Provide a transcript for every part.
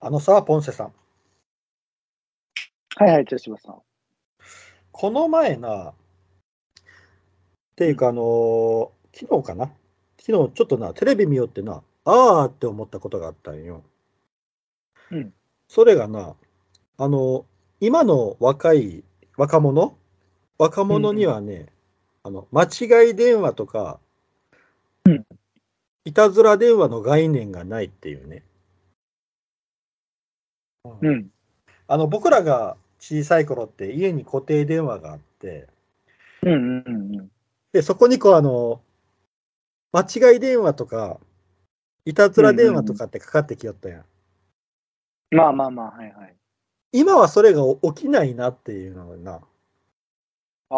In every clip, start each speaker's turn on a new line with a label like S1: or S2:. S1: あのさ、ポンセさん、
S2: はいはい、豊島さん。
S1: この前な、っていうか、あのー昨日かな、昨日ちょっとな、テレビ見よってな、あーって思ったことがあったんよ。
S2: うん
S1: それがな、あの今の若い若者、若者にはね、あの間違い電話とか、
S2: うん
S1: いたずら電話の概念がないっていうね。
S2: うん。
S1: あの僕らが小さい頃って家に固定電話があって、
S2: うんうんうんうん。
S1: でそこにこうあの間違い電話とかいたずら電話とかってかかってきよったやん。
S2: まあまあまあ、はいはい。
S1: 今はそれが起きないなっていうのがな。
S2: あ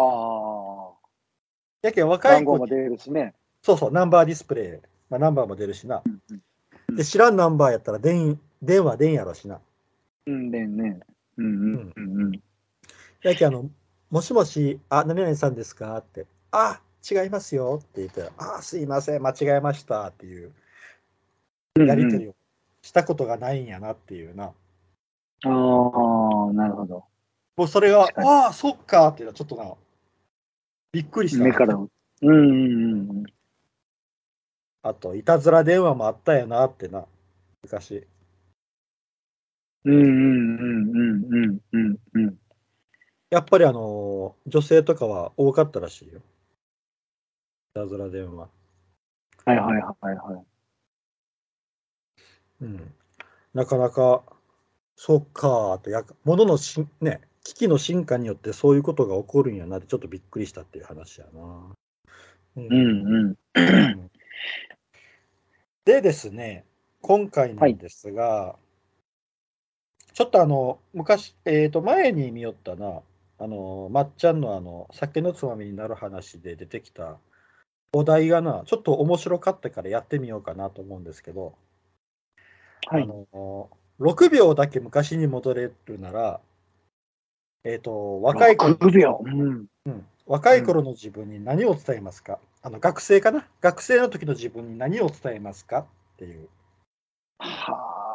S1: やけん
S2: あ。
S1: 若
S2: 番
S1: い
S2: 号
S1: 子
S2: も出るしね。
S1: そうそう、ナンバーディスプレイ、まあ、ナンバーも出るしな。
S2: うん
S1: で、知らんナンバーやったら電電話出んやろしな。
S2: うんでんね。うんうんうんうん。
S1: やけんあの、もしもし、あ、何々さんですかって、あ、違いますよって言ったら、あ、すいません、間違えましたっていうやりとりをしたことがないんやなっていうな。
S2: うんうん。ああ、なるほど。
S1: もうそれが、
S2: 確かに
S1: ああ、そっかっていうのはちょっとな、びっくりした。
S2: 目から。うんうんうん。
S1: あと、いたずら電話もあったよなってな、昔。
S2: うんうんうんうんうんうんうん。
S1: やっぱりあのー、女性とかは多かったらしいよ。いたずら電話。
S2: はいはいはいはい。
S1: うん。なかなか、そっかーってや、もののしん、ね、機器の進化によってそういうことが起こるんやなって、ちょっとびっくりしたっていう話やな。うん
S2: うんうん。
S1: でですね、今回なんですが、ちょっとあの、昔、えっ、と、前に見よったな、あの、まっちゃんのあの、酒のつまみになる話で出てきたお題がな、ちょっと面白かったからやってみようかなと思うんですけど、
S2: は
S1: あ
S2: い。
S1: の、6秒だけ昔に戻れるなら、えっ、と、若い頃、
S2: 6秒。うん。
S1: 若い頃の自分に何を伝えますか、あの、学生かな学生の時の自分に何を伝えますかっていう。
S2: は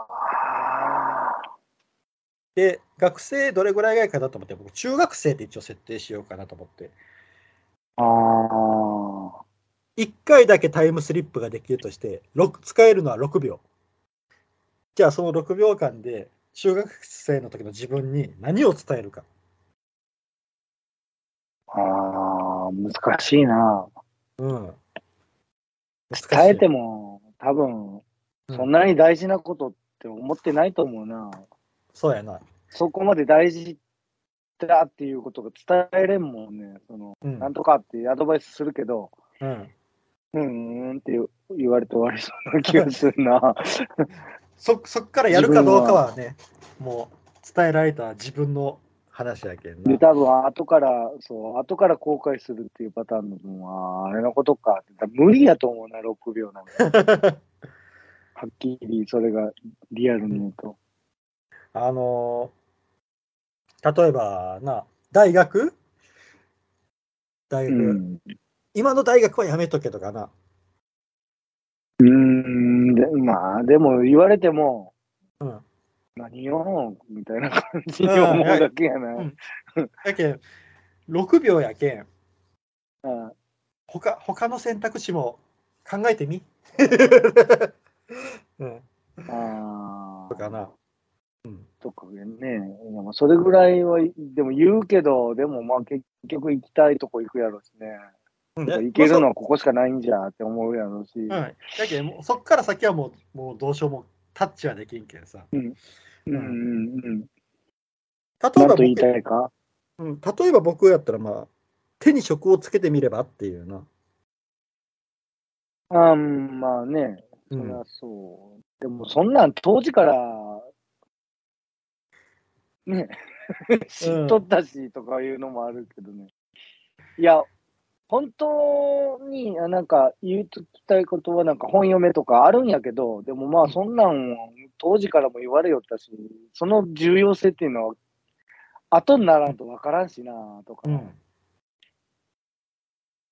S2: あ。
S1: で、学生どれぐらいがいいかなと思って、僕、中学生って一応設定しようかなと思って、
S2: ああ。
S1: 1回だけタイムスリップができるとして、六使えるのは6秒。じゃあ、その6秒間で、中学生の時の自分に何を伝えるか。
S2: ああ、難しいな。
S1: うん。
S2: 伝えて
S1: も。
S2: も、多分、
S1: うん
S2: そんなに大事なことって思ってないと思うな。
S1: そうやな。
S2: そこまで大事だっていうことが伝えれんもんね。その
S1: うん。
S2: なんとかっていうアドバイスするけど、
S1: うん、
S2: うんうんって言う言われて終わりそうな気がする な。
S1: そそっからやるかどうかはね、もう伝えられた自分の話やけん
S2: で、
S1: な。
S2: 多分後から、そう、後から後悔するっていうパターンの分は、あれのことか。だから無理やと思うな、6秒なんか。はっきりそれがリアルに言うと。
S1: あのー例えばな、大学大
S2: う
S1: 学、
S2: ん。
S1: 今の大学はやめとけとかな。
S2: うん、でまあ、でも言われても、
S1: うん。
S2: 何よみたいな感じに思うだけやな。
S1: うんやけん、6秒やけん、
S2: うん
S1: 他他の選択肢も考えてみ。 うん、
S2: ああ
S1: とかな。
S2: とかね、でもそれぐらいは、でも言うけど、でもまあ結局行きたいとこ行くやろしね。
S1: うん
S2: 行けるの
S1: まあ
S2: はここしかないんじゃって思うやろし。
S1: そううん、やけん、もうそっから先はもうもうどうしようもタッチはできんけんさ。
S2: うんうんうん。
S1: 例え
S2: な
S1: ば
S2: んと言いた
S1: 僕
S2: いか
S1: うん、例えば僕やったら、まあ、手に職をつけてみればっていうな。
S2: あんまあね、
S1: う
S2: そ
S1: ん
S2: りゃそう。でもそんなん当時から、ね、知っとったしとかいうのもあるけどね。いや、本当にあなんか言うときたいことはなんか本読めとかあるんやけど、でもまあそんなんは当時からも言われよったし、その重要性っていうのは後にならんとわからんしなとか、
S1: うん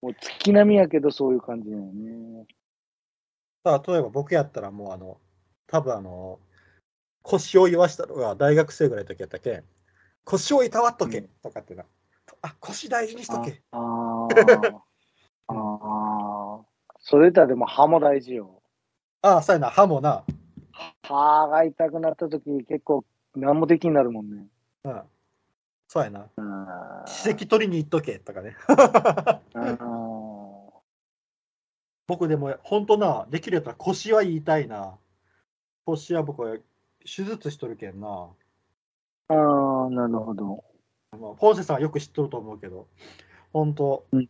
S2: もう月並みやけどそういう感じだよね。
S1: 例えば僕やったらもうあの、多分あの、腰を言わしたのが大学生ぐらいの時やったけん、腰をいたわっとけ、
S2: うん
S1: とかってな。あ、腰大事にしとけ。
S2: あーあー。それだでも歯も大事よ。
S1: ああ、そうやな、歯もな。
S2: 歯が痛くなった時に結構何もできになるもんね。
S1: うん。そうやな。
S2: あ
S1: 歯石取りに行っとけ、とかね。
S2: あー。
S1: 僕でも、ほんとな、できるやったら腰は言いたいな。腰は僕は手術しとるけんな。
S2: あーなるほど。
S1: まあポンセさんはよく知っとると思うけど、本当、
S2: うん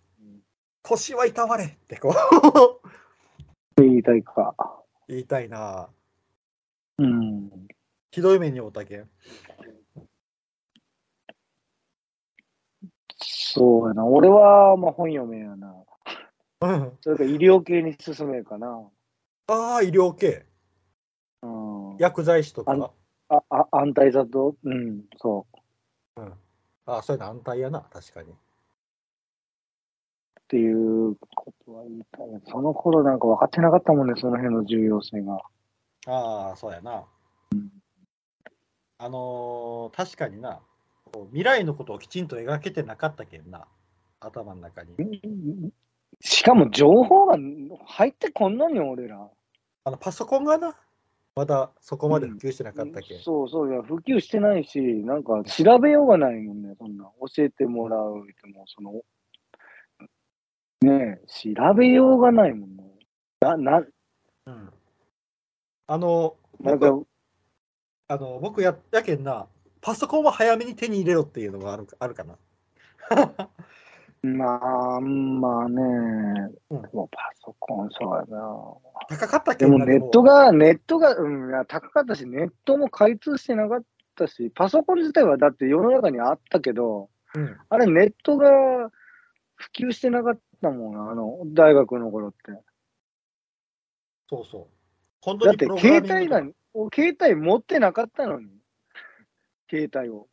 S1: 腰はいたわれってこう
S2: 言いたいか。
S1: 言いたいな。
S2: うん。
S1: ひどい目に遭ったけん。
S2: そうやな。俺は、まあ、本読めやな。
S1: うん
S2: それか医療系に進めるかな。
S1: ああ、医療系、
S2: うん。
S1: 薬剤師と
S2: あ
S1: か
S2: の。あ、あ安泰だと、うん、そう。っ
S1: ああ、そういうの安泰やな、確かに。
S2: ていうことは言いたいな。その頃なんか分かってなかったもんね、その辺の重要性が。
S1: ああ、そうやな。あのー確かになこう、未来のことをきちんと描けてなかったけんな、頭の中に。
S2: しかも情報が入ってこんのに俺ら。
S1: あのパソコンがな、まだそこまで普及してなかったけん。
S2: そうそう、いや、普及してないし、なんか調べようがないもんね、そんな。教えてもらうても、その、ねえ、調べようがないもんね。な、な、
S1: うんあの、
S2: なんか、
S1: あの僕ややけんな、パソコンは早めに手に入れろっていうのがあるあるかな。
S2: まあ、まあね、
S1: うん
S2: もうパソコン、そうやな。
S1: 高かったけ
S2: で
S1: んな
S2: もネットが、ネットが、うん、いや高かったし、ネットも開通してなかったし、パソコン自体はだって世の中にあったけど、
S1: でもうん
S2: あれネットが普及してなかったもんな、あの、大学の頃って。
S1: そうそう。本当
S2: だっ
S1: に
S2: て
S1: プログラミ
S2: 携
S1: ングとか
S2: 帯が、携帯持ってなかったのに。携帯を。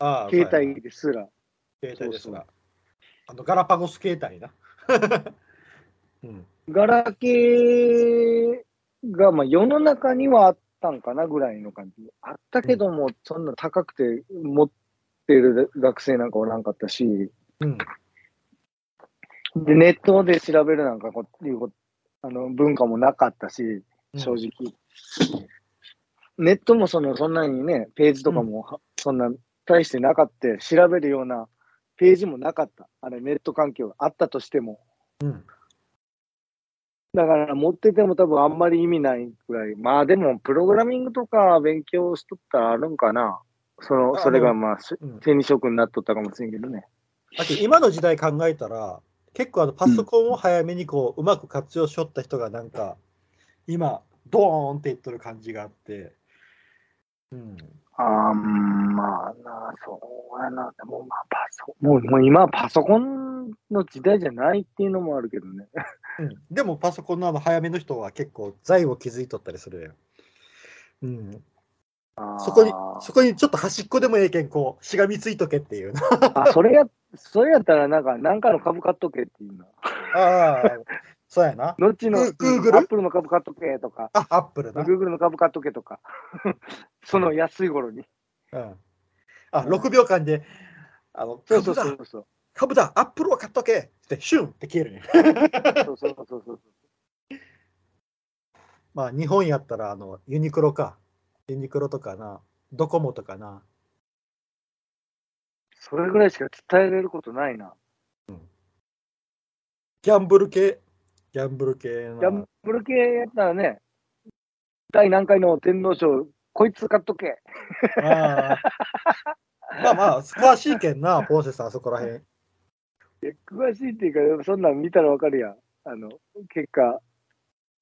S1: ああ
S2: 携
S1: そうや
S2: 帯ですら。
S1: な携帯です
S2: そ
S1: が。あのガラパゴス携帯な。 うん、
S2: ガラケーが、まあ、世の中にはあったんかなぐらいの感じ。あったけども、そんな高くて持ってる学生なんかおらんかったし、
S1: うん、
S2: で、ネットで調べるなんかこういうことあの文化もなかったし、正直。ネットもそのそんなにね、ページとかもはそんな大してなかった、調べるようなページもなかった。あれ、ネット環境があったとしても。
S1: うん
S2: だから持ってても多分あんまり意味ないぐらい。まあでも、プログラミングとか勉強しとったらあるんかな。そ
S1: あ
S2: のそれ
S1: あ
S2: が
S1: の
S2: まあ、し
S1: うん。
S2: 手に職になっとったかもしれんけどね。
S1: だって今の時代考えたら、結構あのパソコンを早めにこう,、うまく活用しよった人がなんか、今、ドーンっていっとる感じがあって。うん、
S2: あーうんまあな、そうやな。でもまあパソもう、もう今はパソコンの時代じゃないっていうのもあるけどね。
S1: うん、でもパソコンのあの早めの人は結構財を築いとったりするやん。うん、そこに
S2: あー
S1: そこにちょっと端っこでもええけんこうしがみついとけっていう
S2: あ、それや、それやったら、なんか、なんかの株買っとけっていうの。
S1: ああ そうやな
S2: 後の、
S1: グーグーグル
S2: アップルの株買っとけとか、
S1: あアップル
S2: グ
S1: な、
S2: ーグルの株買っとけとか、 その安い頃に。
S1: うん、あ6秒間であの
S2: そうそ
S1: 株
S2: うそ
S1: だ
S2: うそう。
S1: 株だアップルを買っとけってシュンって消えるね
S2: そうそうそうそう。
S1: まあ日本やったらあのユニクロかユニクロとかなドコモとかな
S2: それぐらいしか伝えれることないな。
S1: ギャンブル系ギャンブル系な
S2: ギャンブル系やったらね、第何回の天皇賞、こいつ買っとけ。
S1: ああまあまあ、詳しいけんな、ポーセさん、そこらへん。
S2: いや詳しいっていうか、そんなん見たらわかるやん。あの、結果、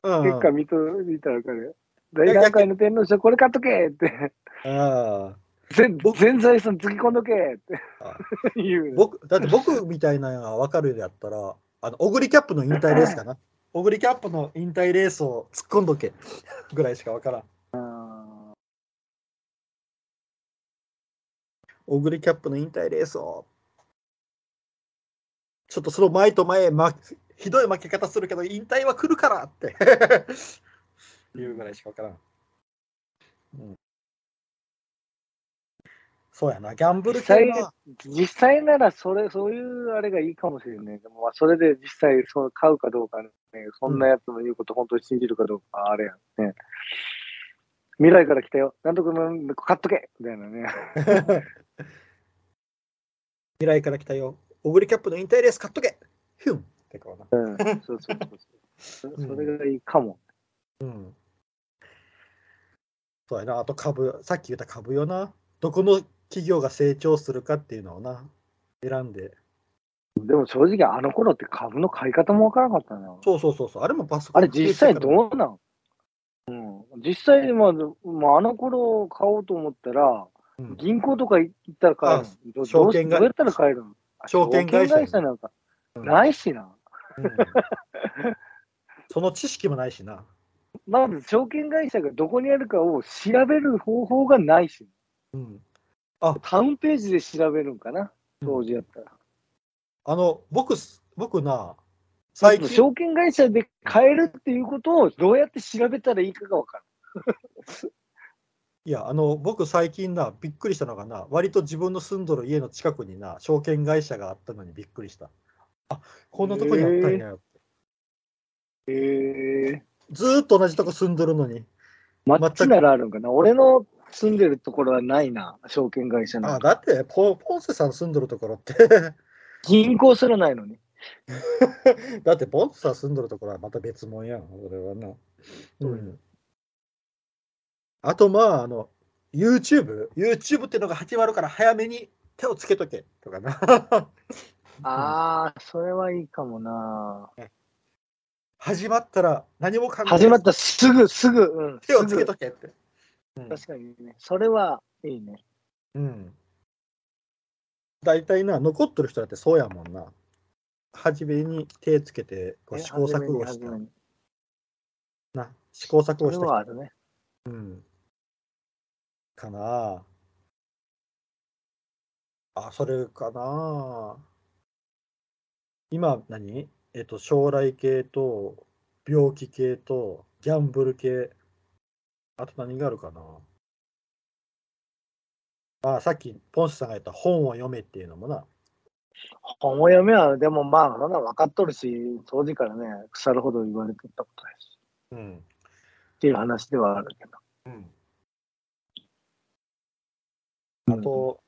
S1: うん、
S2: 結果見と見たらわかるやん。第何回の天皇賞、これ買っとけって。
S1: あ
S2: 全
S1: 僕
S2: 全財産つぎ込んどけ
S1: あ
S2: っていう。
S1: 僕だって僕みたいなのが分かるんやったら、あの、オグリキャップの引退レース かな。オグリキャップの引退レースを突っ込んどけぐらいしか分からん。オグリキャップの引退レースを。ちょっとその前と前、ま、ひどい負け方するけど、引退 は来るからって言うぐらいしか分からん。うん、そうやな、ギャンブル系
S2: 実際
S1: は、
S2: 実際ならそれ、そういうあれがいいかもしれない。でもまあそれで実際そう買うかどうかね、そんなやつの言うこと本当に信じるかどうか、あれやんね。未来から来たよ。なんとかも買っとけみたい なね。
S1: 未来から来たよ。オグリキャップの引退レース買っとけヒュンってこうな。
S2: うん。そうそうそうそう。それがいいかも。
S1: うん。そうやな、あと株、さっき言った株よな。どこの企業が成長するかっていうのをな、選んで。
S2: でも正直あの頃って株の買い方もわからなかったな。
S1: そうそうそう、そうあれもパソコ
S2: あ
S1: ン
S2: れ実際
S1: う
S2: どうなん、うん、実際、まあ、まあ、あの頃買おうと思ったら、
S1: うん
S2: 銀行とか行ったら買える
S1: あ
S2: のど
S1: 証券
S2: ど
S1: が
S2: うどうやったら買えるのあ
S1: 証券会社
S2: 証なんかないしな。
S1: うんその知識もないしな。
S2: まず証券会社がどこにあるかを調べる方法がないし、
S1: うん、
S2: タウンページで調べるんかな、当時やったら。
S1: あの、僕す、僕な、最
S2: まず
S1: 近、
S2: 証券会社で買えるっていうことをどうやって調べたらいいかが分から
S1: いや、あの、僕最近な、びっくりしたのがな、割と自分の住んどる家の近くにな、証券会社があったのにびっくりした。あ、こんなとこにあったんや。
S2: ん。へえ。
S1: ずーっと同じとこ住んどるのに。
S2: マッチならあるんかな俺の住んでるところはないな、証券会社な
S1: あ、
S2: んか
S1: だってポ、ポンセさん住んどるところって、
S2: 銀行すらないのに。
S1: だって、ポンセさん住んどるところはまた別もんやん、それはな。うん。あと、まあ、あの、YouTube?YouTube ってのが始まるから早めに手をつけとけとかな。
S2: ああ、それはいいかもな。
S1: 始まったら何も考えず
S2: 始まったらすぐ、すぐ、うん。
S1: 手をつけ
S2: す
S1: とけって。うん
S2: ぐ確かにね。それはいいね。
S1: うん。大体な、残っとる人だってそうやもんな。初めに手つけて、こう試行錯誤し
S2: 初めに初め
S1: た。
S2: に
S1: な、試行錯
S2: そ
S1: 誤
S2: れ
S1: し
S2: はあ
S1: た
S2: るね。
S1: 人。うん。かなあ。あ、それかなあ。今何、えっと、将来系と、病気系と、ギャンブル系。あと何があるかなあ、さっき、ポンスさんが言った本を読めっていうのもな。
S2: 本を読めは、でもまあ、そんなの分かっとるし、当時からね、腐るほど言われてたことだし、
S1: うん。
S2: っていう話ではあるけ
S1: あ
S2: ど。うん、
S1: と、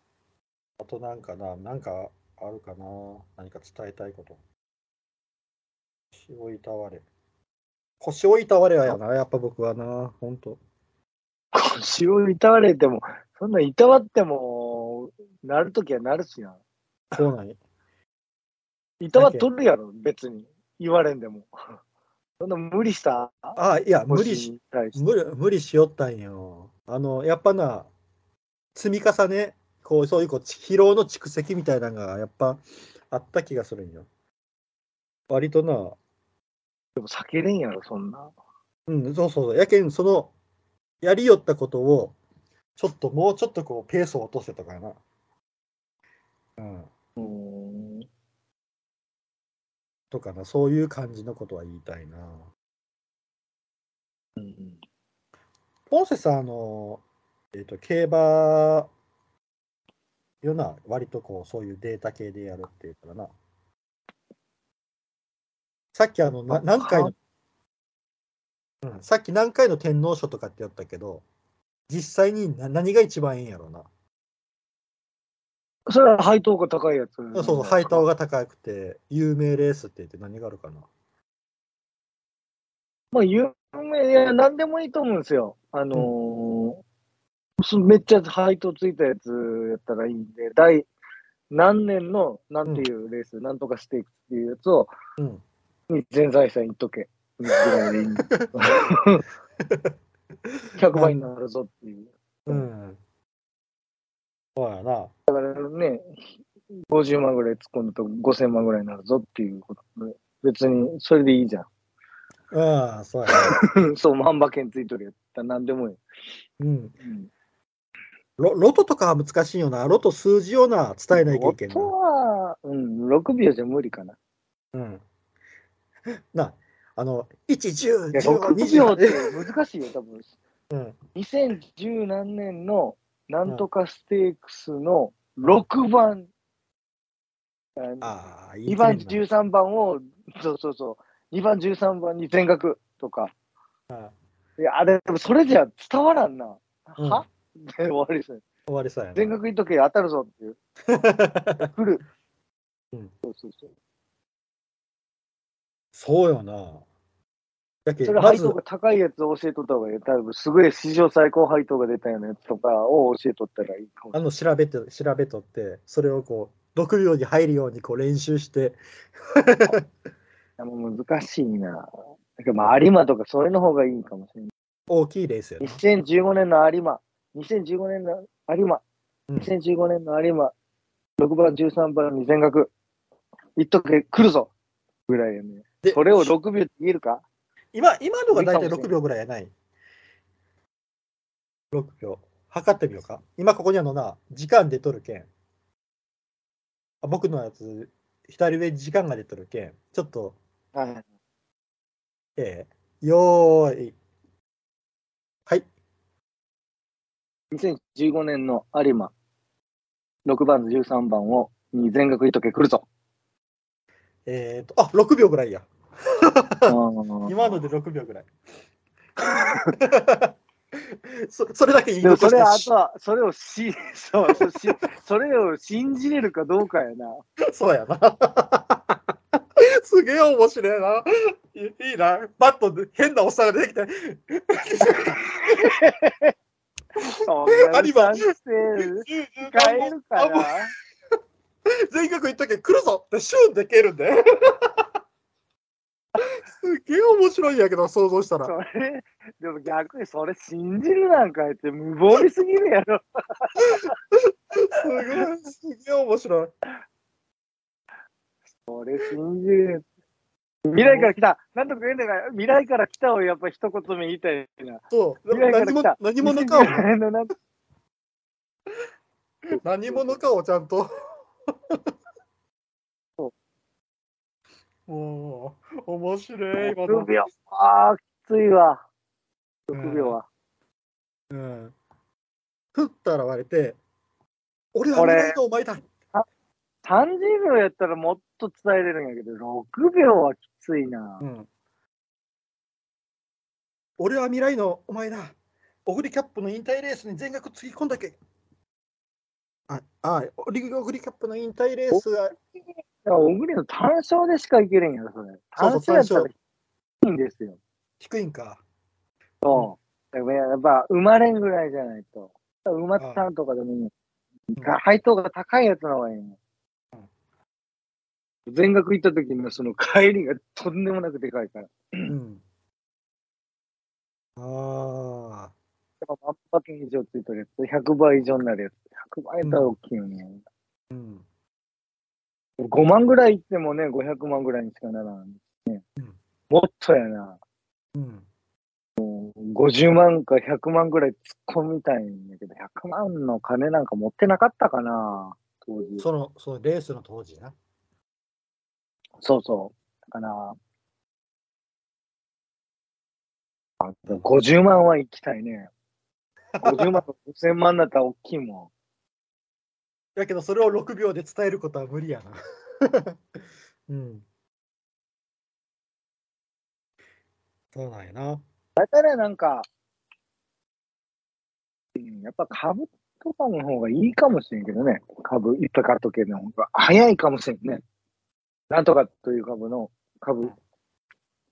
S1: あとなんかな、なんかあるかな、何か伝えたいこと。腰をいたわれ。腰をいたわれはやな、やっぱ僕はな、ほん と。
S2: 腰をいたわれても、そんないたわっても、なるときはなるしな。
S1: そうなんや
S2: 板は取るやろ、別に。言われんでも。 そんな無理した
S1: あ、いや、無理
S2: 星
S1: し、
S2: に対して。
S1: 無理無理しよったんよ。あの、やっぱな、積み重ね、こう、そういうこう疲労の蓄積みたいなのが、やっぱあった気がするんよ。割とな、
S2: でも避けれんやろ、そんな。
S1: うん、そうそうそう。やけん、その、やりよったことを、ちょっと、もうちょっとこう、ペースを落とせとかな。うん。
S2: うーん。
S1: とかな、そういう感じのことは言いたいな。
S2: うん
S1: ポンセさん、あの、えっ、と、競馬、よな、割とこう、そういうデータ系でやるっていうからな。さっき、あの、な何回の、うん、さっき何回の天皇賞とかってやったけど、実際にな何が一番いいんやろうな。
S2: それは配当が高いやつ。
S1: そうそう、配当。が高くて、有名レースって言って何があるかな。
S2: まあ、有名、いや、なんでもいいと思うんですよ。あのーそめっちゃ配当ついたやつやったらいいんで、第何年のなんていうレース、なんとかしていくっていうやつを、
S1: うん。
S2: に全財産いっとけ。ぐらいでいい んだ100倍になるぞっていう。
S1: うん。そうやな。
S2: ね、50万ぐらい突っ込んだと5000万ぐらいになるぞっていうことで、別にそれでいいじゃ
S1: うん、そうやな。
S2: ん。そう、万馬券ついとるやったら何でもいい。
S1: うん。ロロトとかは難しいよな。ロト数字をな、伝えないといけんな
S2: 音。は、うん、6秒じゃ無理かな。
S1: うん。 な、あの、1、10、
S2: いや、
S1: 15、
S2: 6秒
S1: 20。
S2: って難しいよ、多分。
S1: うん
S2: 2010何年のなんとかステークスの6番、あ
S1: ああ、いい
S2: 2番、
S1: プレーになる
S2: 13番を、そうそうそう、2番、13番に全額とか。いや、あれ、でもそれじゃ伝わらんな。
S1: うん
S2: は で終わりですね。
S1: 終わりそうやな。
S2: 全額いっとけ当たるぞっていう。来る。
S1: うん
S2: そうそうそう。
S1: そうよな。だけ
S2: そ
S1: ど、
S2: れ
S1: ま
S2: 配
S1: ず
S2: 当、が高いやつを教えとった方がいい。多分すごい史上最高配当が出たようなやつとかを教えとったらいいかもし
S1: あの、調べて、調べとって、それをこう、6秒に入るようにこう練習して、
S2: れない。もう難しいな。だからまあ、有馬とかそれの方がいいかもしれない。
S1: 大きいレースやな。
S2: 2015年の有馬、2015年の有馬、
S1: うん
S2: 2015年の有馬、6番、13番に全額、いっとけ、来るぞぐらいやね。
S1: で
S2: それを6秒で言えるか
S1: 今、今のが大
S2: いい
S1: 体
S2: かもしれん
S1: 6秒ぐらいやない。6秒。測ってみようか。今ここにあるのな、時間で取るけん。あ僕のやつ、左上に時間が出とるけん。ちょっと、
S2: はい。
S1: えー、よーい。はい。
S2: 2015年の有馬、6番、13番を、に全額いっとけ、来るぞ。
S1: えっ、と、あ、6秒ぐらいや。今
S2: 今
S1: ので6秒ぐ らい。そそれだけ言い
S2: でも
S1: 残
S2: そ
S1: して
S2: れ、あ
S1: し
S2: とは、それをし、 そう、そうしそれを信じれるかどうかやな。
S1: そうやな。すげえ面白いな。いいいな。バットで変なおっさんが出てきて、
S2: そんな
S1: 有馬
S2: 賛成使えるか
S1: あもう
S2: な
S1: 全額行っとけ、来るぞってシュンで蹴るんで。 すげえ面白いんやけど、想像したら。
S2: それ、でも逆にそれ信じるなんかやって無謀にすぎるやろ。
S1: すごい、すげえ面白い。
S2: それ信じる。未来から来た。なんとか言うんだから、未来から来たをやっぱ一言目言いたいな。
S1: そう。でも
S2: 未来から
S1: 何
S2: 来
S1: も
S2: た。
S1: 何者 かを、
S2: 未来のなんか
S1: 何者かをちゃんと。 もう、面白い。今の
S2: 6秒。ああ、きついわ。6秒は。
S1: うん。振ったら割れて、俺は
S2: これ
S1: 未来のお前だ。
S2: 30秒やったらもっと伝えれるんやけど、6秒はきついな。
S1: うん。俺は未来のお前だ。オグリキャップの引退レースに全額つぎ込んだけ。あ、あ、オグリオグリキャップの引退レースは、
S2: だから小栗の単勝でしかいけれんやろ、それ。単
S1: そうそう
S2: 勝やったらいいんですよ。
S1: 低いんか。
S2: そう。だからやっぱ、生まれんぐらいじゃないと。馬さんとかでもいいの
S1: うん
S2: 配当が高いやつの方がいいの全額行った時のその帰りがとんでもなくでかいから。やっ
S1: うん。ああ。
S2: ぱ万馬券以上ついてるやつ、100倍以上になるやつ。100倍やったら大きいよね。
S1: うん。
S2: 5万ぐらい行ってもね、500万ぐらいにしかならない、ね
S1: うん
S2: もっとやな。
S1: うん。
S2: 50万か100万ぐらい突っ込みたいんだけど、100万の金なんか持ってなかったかな、当時。
S1: その、そのレースの当時な。
S2: そうそう。だから、あ50万は行きたいね。50万と5000万だったら大きいも
S1: だけど、それを6秒で伝えることは無理やな。 うん。そうなんやな。
S2: ん。だからなんか、うん、やっぱ株とかの方がいいかもしれんけどね。株、いっぱい買っとけの方が早いかもしれんね。なんとかという株の株。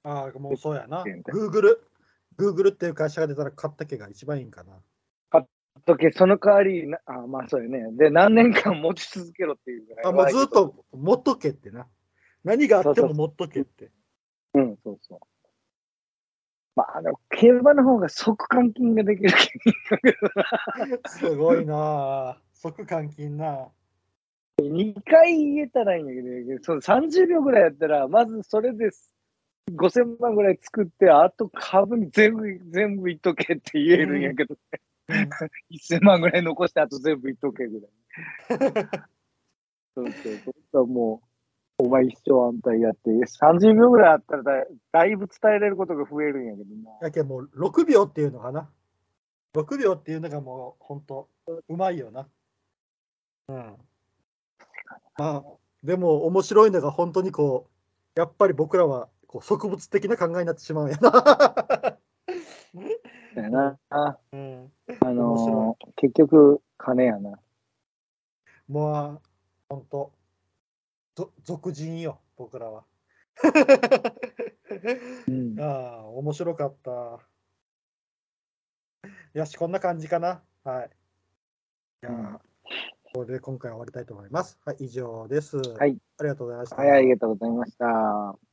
S1: ああ、もうそうやな。
S2: 現在
S1: Google。Google っていう会社が出たら買ったけが一番いいんかな。
S2: とけ、その代わりな、あまあそうよね。で、何年間持ち続けろっていうぐらい。
S1: あもうずっ。と持っとけってな。何があって
S2: そ
S1: も
S2: うそう
S1: 持っとけって。
S2: うん、そうそう。まあ、あの、競馬の方が即換金ができるけ
S1: すごいなあ即換金な。
S2: ど、2回言えたらいいんだけど、その30秒ぐらいやったら、まずそれです。5000万ぐらい作って、あと株に全部、全部いっとけって言えるんやけど、
S1: うん
S2: 1000万ぐらい残して、あと全部いっとけぐらい。そうそう、そしたらもう、お前一生安泰やって、30秒ぐらいあったらだだいぶ伝えれることが増えるんやけどな。
S1: だけどもう6秒っていうのかな。6秒っていうのがもう本当うまいよな。うん。まあ、でも面白いのが本当にこう、やっぱり僕らはこう植物的な考えになってしまうんやな。
S2: だよな。あ、
S1: うん、
S2: あ
S1: 面
S2: の
S1: 白
S2: ー結局、金やな。
S1: もう、本当、ぞ俗人よ、僕らは。
S2: うん。
S1: ああ、面白かった。よし、こんな感じかな。はい。じゃあ、
S2: うん
S1: これで今回は終わりたいと思います。はい、以上です。
S2: はい。
S1: ありがとうございました。
S2: はい、ありがとうございました。